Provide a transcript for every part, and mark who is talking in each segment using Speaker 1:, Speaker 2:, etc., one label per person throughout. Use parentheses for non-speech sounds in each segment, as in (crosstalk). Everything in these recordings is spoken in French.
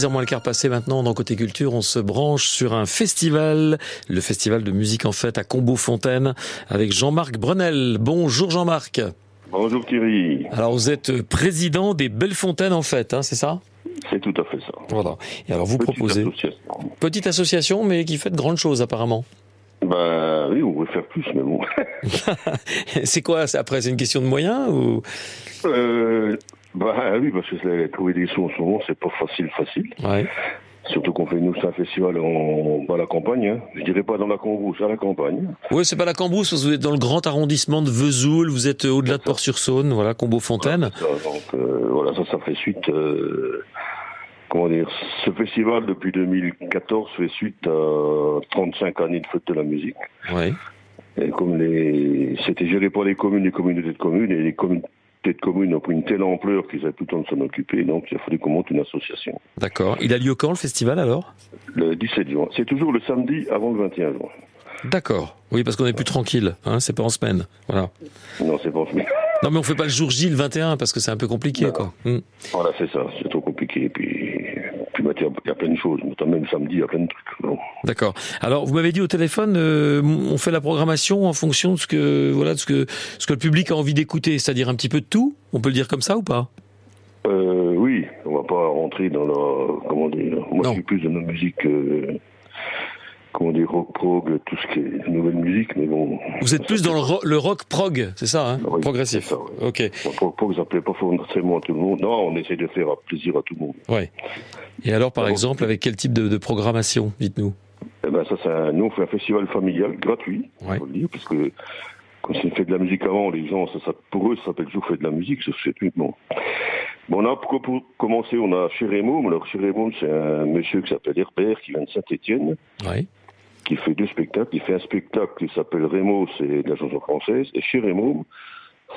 Speaker 1: 10h moins le quart passé maintenant, dans Côté Culture, on se branche sur un festival, le festival de musique en fête à Combeau-Fontaine, avec Jean-Marc Brunel. Bonjour Jean-Marc.
Speaker 2: Bonjour Thierry,
Speaker 1: Alors vous êtes président des Belles Fontaines en fête, hein, c'est ça
Speaker 2: c'est tout à fait ça.
Speaker 1: Voilà. Et alors vous
Speaker 2: Petite
Speaker 1: proposez
Speaker 2: association.
Speaker 1: petite association, mais qui fait de grandes choses apparemment. (laughs)
Speaker 2: Bah oui, on pourrait faire plus, mais bon. (laughs)
Speaker 1: c'est quoi c'est- après C'est une question de moyens ou
Speaker 2: Euh, bah oui, parce que c'est- trouver des sous en ce moment, c'est pas facile, facile.
Speaker 1: Ouais.
Speaker 2: Surtout qu'on fait, nous, c'est un festival en, dans la campagne. hein. Je dirais pas dans la Cambrousse, à la campagne.
Speaker 1: Oui, c'est pas la Cambrousse, parce que vous êtes dans le grand arrondissement de Vesoul, vous êtes au-delà de Port-sur-Saône, voilà, Combeau-Fontaine.
Speaker 2: Ça, donc euh, voilà, ça, ça fait suite... euh, Comment dire, ce festival depuis 2014 fait suite à 35 années de fête de la musique.
Speaker 1: Ouais.
Speaker 2: Et comme les, c'était géré par les communes, les communautés de communes, et les communautés de communes ont pris une telle ampleur qu'ils avaient plus le temps de s'en occuper, donc il a fallu qu'on monte une association.
Speaker 1: D'accord. Il a lieu quand le festival alors
Speaker 2: Le 17 juin. C'est toujours le samedi avant le 21 juin.
Speaker 1: D'accord. Oui, parce qu'on est plus tranquille, hein, c'est pas en semaine. Voilà.
Speaker 2: Non, c'est pas en semaine.
Speaker 1: Non, mais on fait pas le jour J le 21 parce que c'est un peu compliqué,
Speaker 2: Non.
Speaker 1: quoi. Mm.
Speaker 2: (laughs) Voilà, c'est ça, c'est trop compliqué. Et puis, puis bah, tiens, il y a plein de choses, notamment même samedi, il y a plein de trucs. Bon.
Speaker 1: D'accord. Alors, vous m'avez dit au téléphone, euh, on fait la programmation en fonction de ce que, voilà, de ce que, ce que le public a envie d'écouter, c'est-à-dire un petit peu de tout. On peut le dire comme ça ou pas
Speaker 2: Euh, oui, on va pas rentrer dans la... Comment dire Moi,
Speaker 1: Non.
Speaker 2: je suis plus dans la musique... euh, comment dire Rock, prog, tout ce qui est nouvelle musique, mais bon...
Speaker 1: Vous êtes plus dans le, ro- le rock prog, c'est ça, hein
Speaker 2: Oui,
Speaker 1: Progressif.
Speaker 2: c'est ça, oui.
Speaker 1: Ok.
Speaker 2: Pour, pour que ça plaît pas forcément à tout le monde. Non, on essaie de faire plaisir à tout le monde.
Speaker 1: Ouais. Et alors, par
Speaker 2: Ah bon.
Speaker 1: exemple, avec quel type de, de programmation Dites-nous.
Speaker 2: Eh ben ça, c'est un- nous on fait un festival familial gratuit,
Speaker 1: Ouais.
Speaker 2: faut le dire, parce que quand on fait de la musique avant, les gens, ça, ça- pour eux, ça s'appelle toujours fait de la musique, ça c'est tout. Bon. Bon, on a pour, pour commencer, on a Chérémôme. Alors Chérémôme, c'est un monsieur qui s'appelle Herbert, qui vient de Saint-Étienne,
Speaker 1: Ouais.
Speaker 2: qui fait deux spectacles. Il fait un spectacle qui s'appelle Rémo, c'est de la chanson française, et Chérémôme,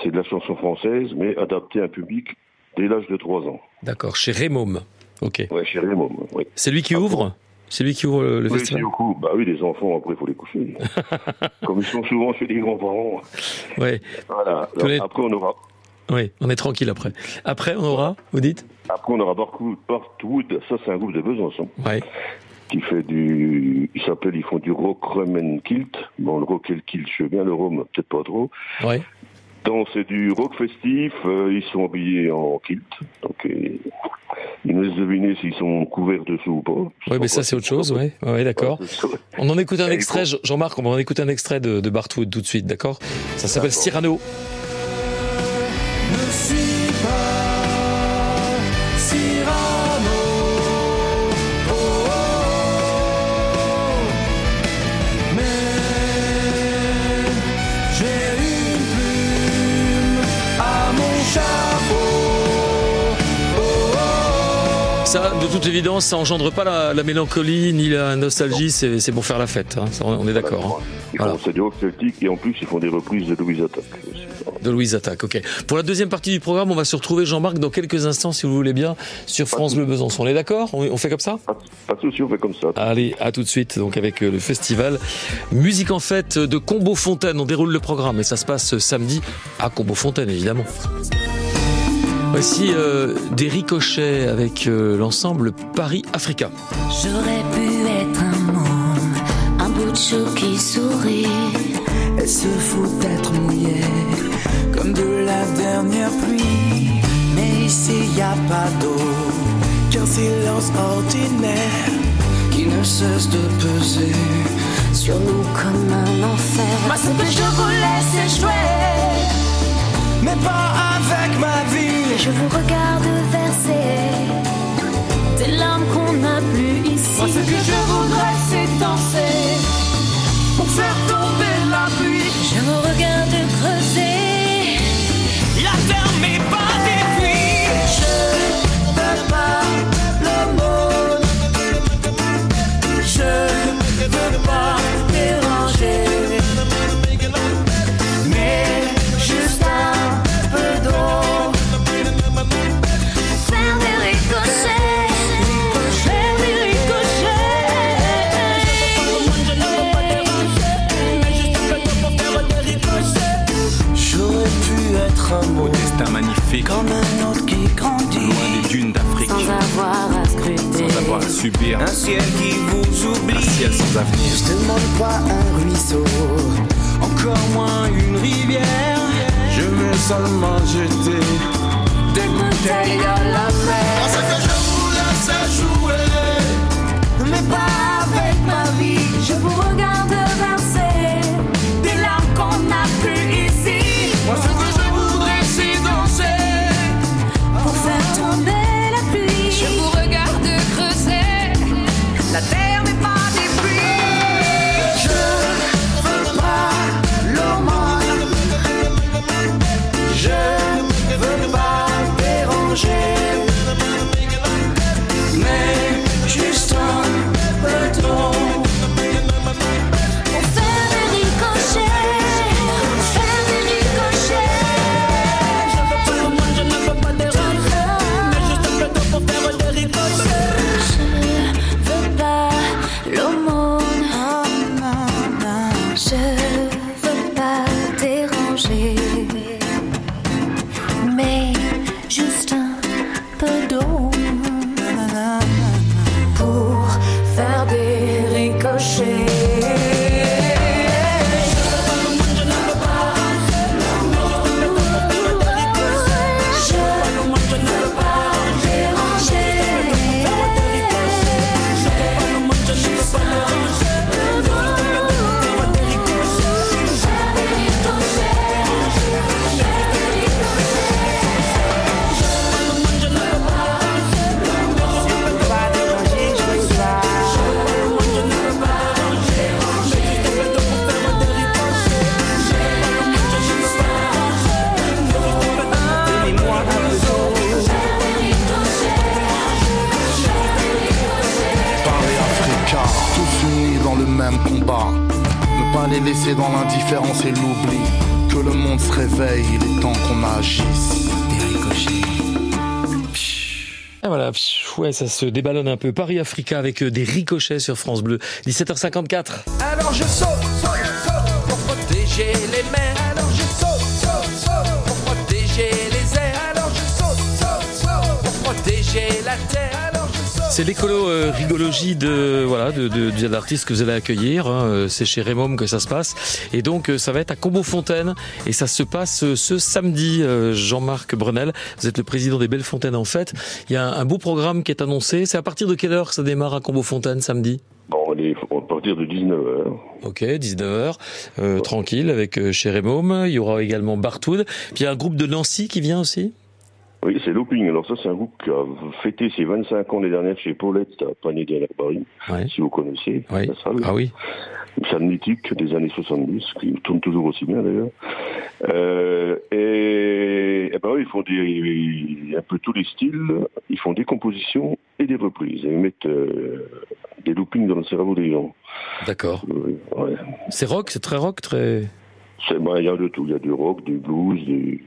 Speaker 2: c'est de la chanson française, mais adaptée à un public dès l'âge de 3 ans.
Speaker 1: D'accord. Chez Rémôme. Ok.
Speaker 2: Ouais, Chérémôme, oui.
Speaker 1: C'est lui qui ouvre. C'est lui qui ouvre le, le
Speaker 2: Ah, Oui,
Speaker 1: festival.
Speaker 2: c'est au coup. Bah oui, les enfants, après, il faut
Speaker 1: (laughs)
Speaker 2: les coucher. Comme ils sont souvent chez les grands-parents.
Speaker 1: Ouais.
Speaker 2: Voilà.
Speaker 1: Tu les-
Speaker 2: Alors, après, on aura,
Speaker 1: Oui, on est tranquille après. Après, on aura, vous dites
Speaker 2: après, on aura Barcou- Bartwood. Ça, c'est un groupe de Besançon
Speaker 1: Oui,
Speaker 2: qui fait du, ils s'appellent, ils font du rock, rum and kilt. Bon, le rock et le kilt, je veux bien, le rhum, peut-être pas trop.
Speaker 1: oui.
Speaker 2: Donc, c'est du rock festif. euh, ils sont habillés en kilt. Donc, euh, ils nous laissent deviner s'ils sont couverts dessous ou pas.
Speaker 1: Oui, mais ça, c'est autre chose, oui. Oui, d'accord. On en écoute un
Speaker 2: Et
Speaker 1: extrait, Je- Jean-Marc, on va en écouter un extrait de, de Bartwood tout de suite, d'accord Ça s'appelle
Speaker 2: D'accord.
Speaker 1: Cyrano.
Speaker 3: Ne suis pas Cyrano. Oh, oh, oh. Mais j'ai une plume à mon chapeau. Oh, oh, oh.
Speaker 1: Ça, de toute évidence, ça engendre pas la, la mélancolie ni la nostalgie, c'est c'est pour faire la fête, hein. Ça, on est d'accord. hein.
Speaker 2: Ils
Speaker 1: Voilà.
Speaker 2: font c'est du rock celtique et en plus, ils font des reprises de Louis Attack. aussi.
Speaker 1: De Louise Attaque, ok. Pour la deuxième partie du programme, on va se retrouver, Jean-Marc, dans quelques instants, si vous voulez bien, sur France Bleu Besançon. On est d'accord on, on fait comme ça
Speaker 2: Pas, pas de souci, on fait comme ça.
Speaker 1: Allez, à tout de suite donc avec euh, le festival Musique en fête de Combo Fontaine. On déroule le programme et ça se passe euh, samedi à Combo Fontaine évidemment. Voici euh, des ricochets avec euh, l'ensemble Paris Africa.
Speaker 4: J'aurais pu être un môme, un bout de chou qui sourit.
Speaker 3: Elle se fout d'être mouillée comme de la dernière pluie. Mais ici y a pas d'eau qu'un silence ordinaire qui ne cesse de peser.
Speaker 4: Sur nous comme un enfer.
Speaker 3: Ma simple je vous laisse jouer, mais pas avec ma vie.
Speaker 4: Je vous regarde verser des larmes qu'on n'a plus
Speaker 3: Moi ce
Speaker 4: ici.
Speaker 3: que je voudrais c'est danser pour faire tomber la pluie.
Speaker 4: Je vous regarde creuser.
Speaker 3: La terre n'est pas détruite. Je veux pas le monde. Je veux pas déranger. Mais juste un peu d'eau.
Speaker 4: Faire des ricochets. Faire des ricochets.
Speaker 5: à subir.
Speaker 3: Un ciel qui vous oublie.
Speaker 5: Un ciel sans avenir.
Speaker 3: Je demande pas un ruisseau, encore moins une rivière. Je veux seulement jeter des bouteilles à la mer.
Speaker 6: Pensez que je vous laisse jouer.
Speaker 4: Mais pas avec ma vie, je vous regarde verser des larmes qu'on n'a plus ici.
Speaker 6: Moi, ce que je voudrais, c'est danser.
Speaker 4: Pour faire tomber la pluie,
Speaker 7: Je vous regarde creuser. La terre n'est pas des pluies.
Speaker 6: Je veux pas l'aumône. Je veux pas déranger. Mais juste un peloton.
Speaker 4: on fait des ricochets, on fait des ricochets.
Speaker 6: Je ne veux pas déranger.
Speaker 4: Je veux pas l'aumône, je veux pas déranger, mais juste un peu d'eau pour faire des ricochets. Je veux pas déranger.
Speaker 8: Paris Africa, tous unis dans le même combat. Ne pas les laisser dans l'indifférence et l'oubli. Que le monde se réveille, il est temps qu'on agisse.
Speaker 1: Et voilà, pff, ouais, ça se déballonne un peu. Paris-Africa avec euh, des ricochets sur France Bleu. 17h54.
Speaker 3: Alors je saute, saute, saute pour protéger les mains. Alors je saute, saute, saute pour protéger les airs. Alors je saute, saute, saute pour protéger la terre. Alors je saute.
Speaker 1: C'est l'écolo euh, rigologie de voilà de, de, de l'artiste que vous allez accueillir. hein. Euh, C'est chez Rémom que ça se passe. Et donc euh, ça va être à Combeaufontaine et ça se passe euh, ce samedi. Euh, Jean-Marc Brenel, vous êtes le président des Belles Fontaines en fait. Il y a un, un beau programme qui est annoncé. C'est à partir de quelle heure que ça démarre à Combeaufontaine samedi
Speaker 2: Bon, on est on va partir de hein. 19h.
Speaker 1: Ok, 19h, tranquille avec euh, chez Rémom. Il y aura également Bartoud. Puis il y a un groupe de Nancy qui vient aussi.
Speaker 2: Oui, c'est Looping. Alors ça, c'est un groupe qui a fêté ses 25 ans les dernières chez Paulette à Panier des Barbarie,
Speaker 1: Ouais.
Speaker 2: si vous connaissez
Speaker 1: Oui.
Speaker 2: la salle.
Speaker 1: Ah oui.
Speaker 2: Une salle mythique des années 70, qui tourne toujours aussi bien d'ailleurs. Euh, et, et ben, eux, ils font des, un peu tous les styles, ils font des compositions et des reprises. Et ils mettent euh, des loopings dans le cerveau des gens.
Speaker 1: D'accord.
Speaker 2: Euh, ouais.
Speaker 1: C'est rock, c'est très rock, très.
Speaker 2: C'est- ben, Il y a de tout, il y a du rock, du blues, du,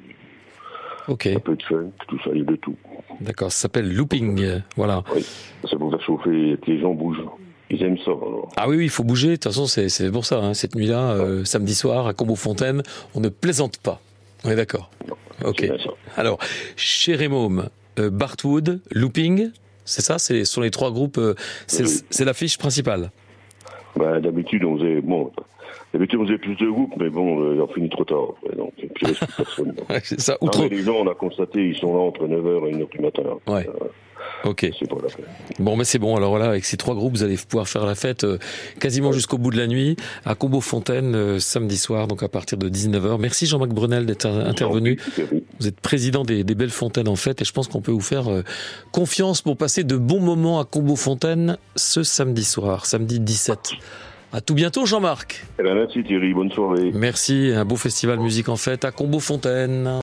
Speaker 1: Ok.
Speaker 2: un peu de funk, tout ça, il y a de tout.
Speaker 1: D'accord, ça s'appelle Looping, euh, voilà.
Speaker 2: Ça pour faire chauffer, que les gens bougent. Ils aiment ça alors.
Speaker 1: Ah oui, oui, il faut bouger, de toute façon, c'est c'est pour ça, hein. cette nuit-là, euh, samedi soir, à Combeau-Fontaine, on ne plaisante pas. On est d'accord Ok.
Speaker 2: C'est bien ça.
Speaker 1: Alors, chez Remome, euh, Bartwood, Looping, c'est ça C'est- Ce sont les trois groupes, euh, c'est
Speaker 2: Oui.
Speaker 1: c'est l'affiche principale. (laughs)
Speaker 2: Ben, d'habitude, on faisait, bon, d'habitude, on faisait plus de groupes, mais bon, euh, on finit trop tard. après, donc, et puis, il reste plus
Speaker 1: (laughs)
Speaker 2: personne.
Speaker 1: Ouais, c'est ça, ou
Speaker 2: Non,
Speaker 1: trop.
Speaker 2: mais les gens, on a constaté, ils sont là entre 9h et 1h du matin.
Speaker 1: Ouais.
Speaker 2: Euh,
Speaker 1: Ok.
Speaker 2: c'est pas la peine.
Speaker 1: Bon, mais c'est bon. Alors voilà, avec ces trois groupes, vous allez pouvoir faire la fête euh, quasiment jusqu'au bout de la nuit à Combeau-Fontaine euh, samedi soir, donc à partir de 19h. Merci Jean-Marc Brunel d'être euh, intervenu. Vous êtes président des, des Belles Fontaines en fait, et je pense qu'on peut vous faire euh, confiance pour passer de bons moments à Combeau-Fontaine ce samedi soir, samedi 17. À tout bientôt Jean-Marc.
Speaker 2: Eh ben, merci Thierry, bonne soirée.
Speaker 1: Merci, un beau festival musique en fête à Combeau-Fontaine.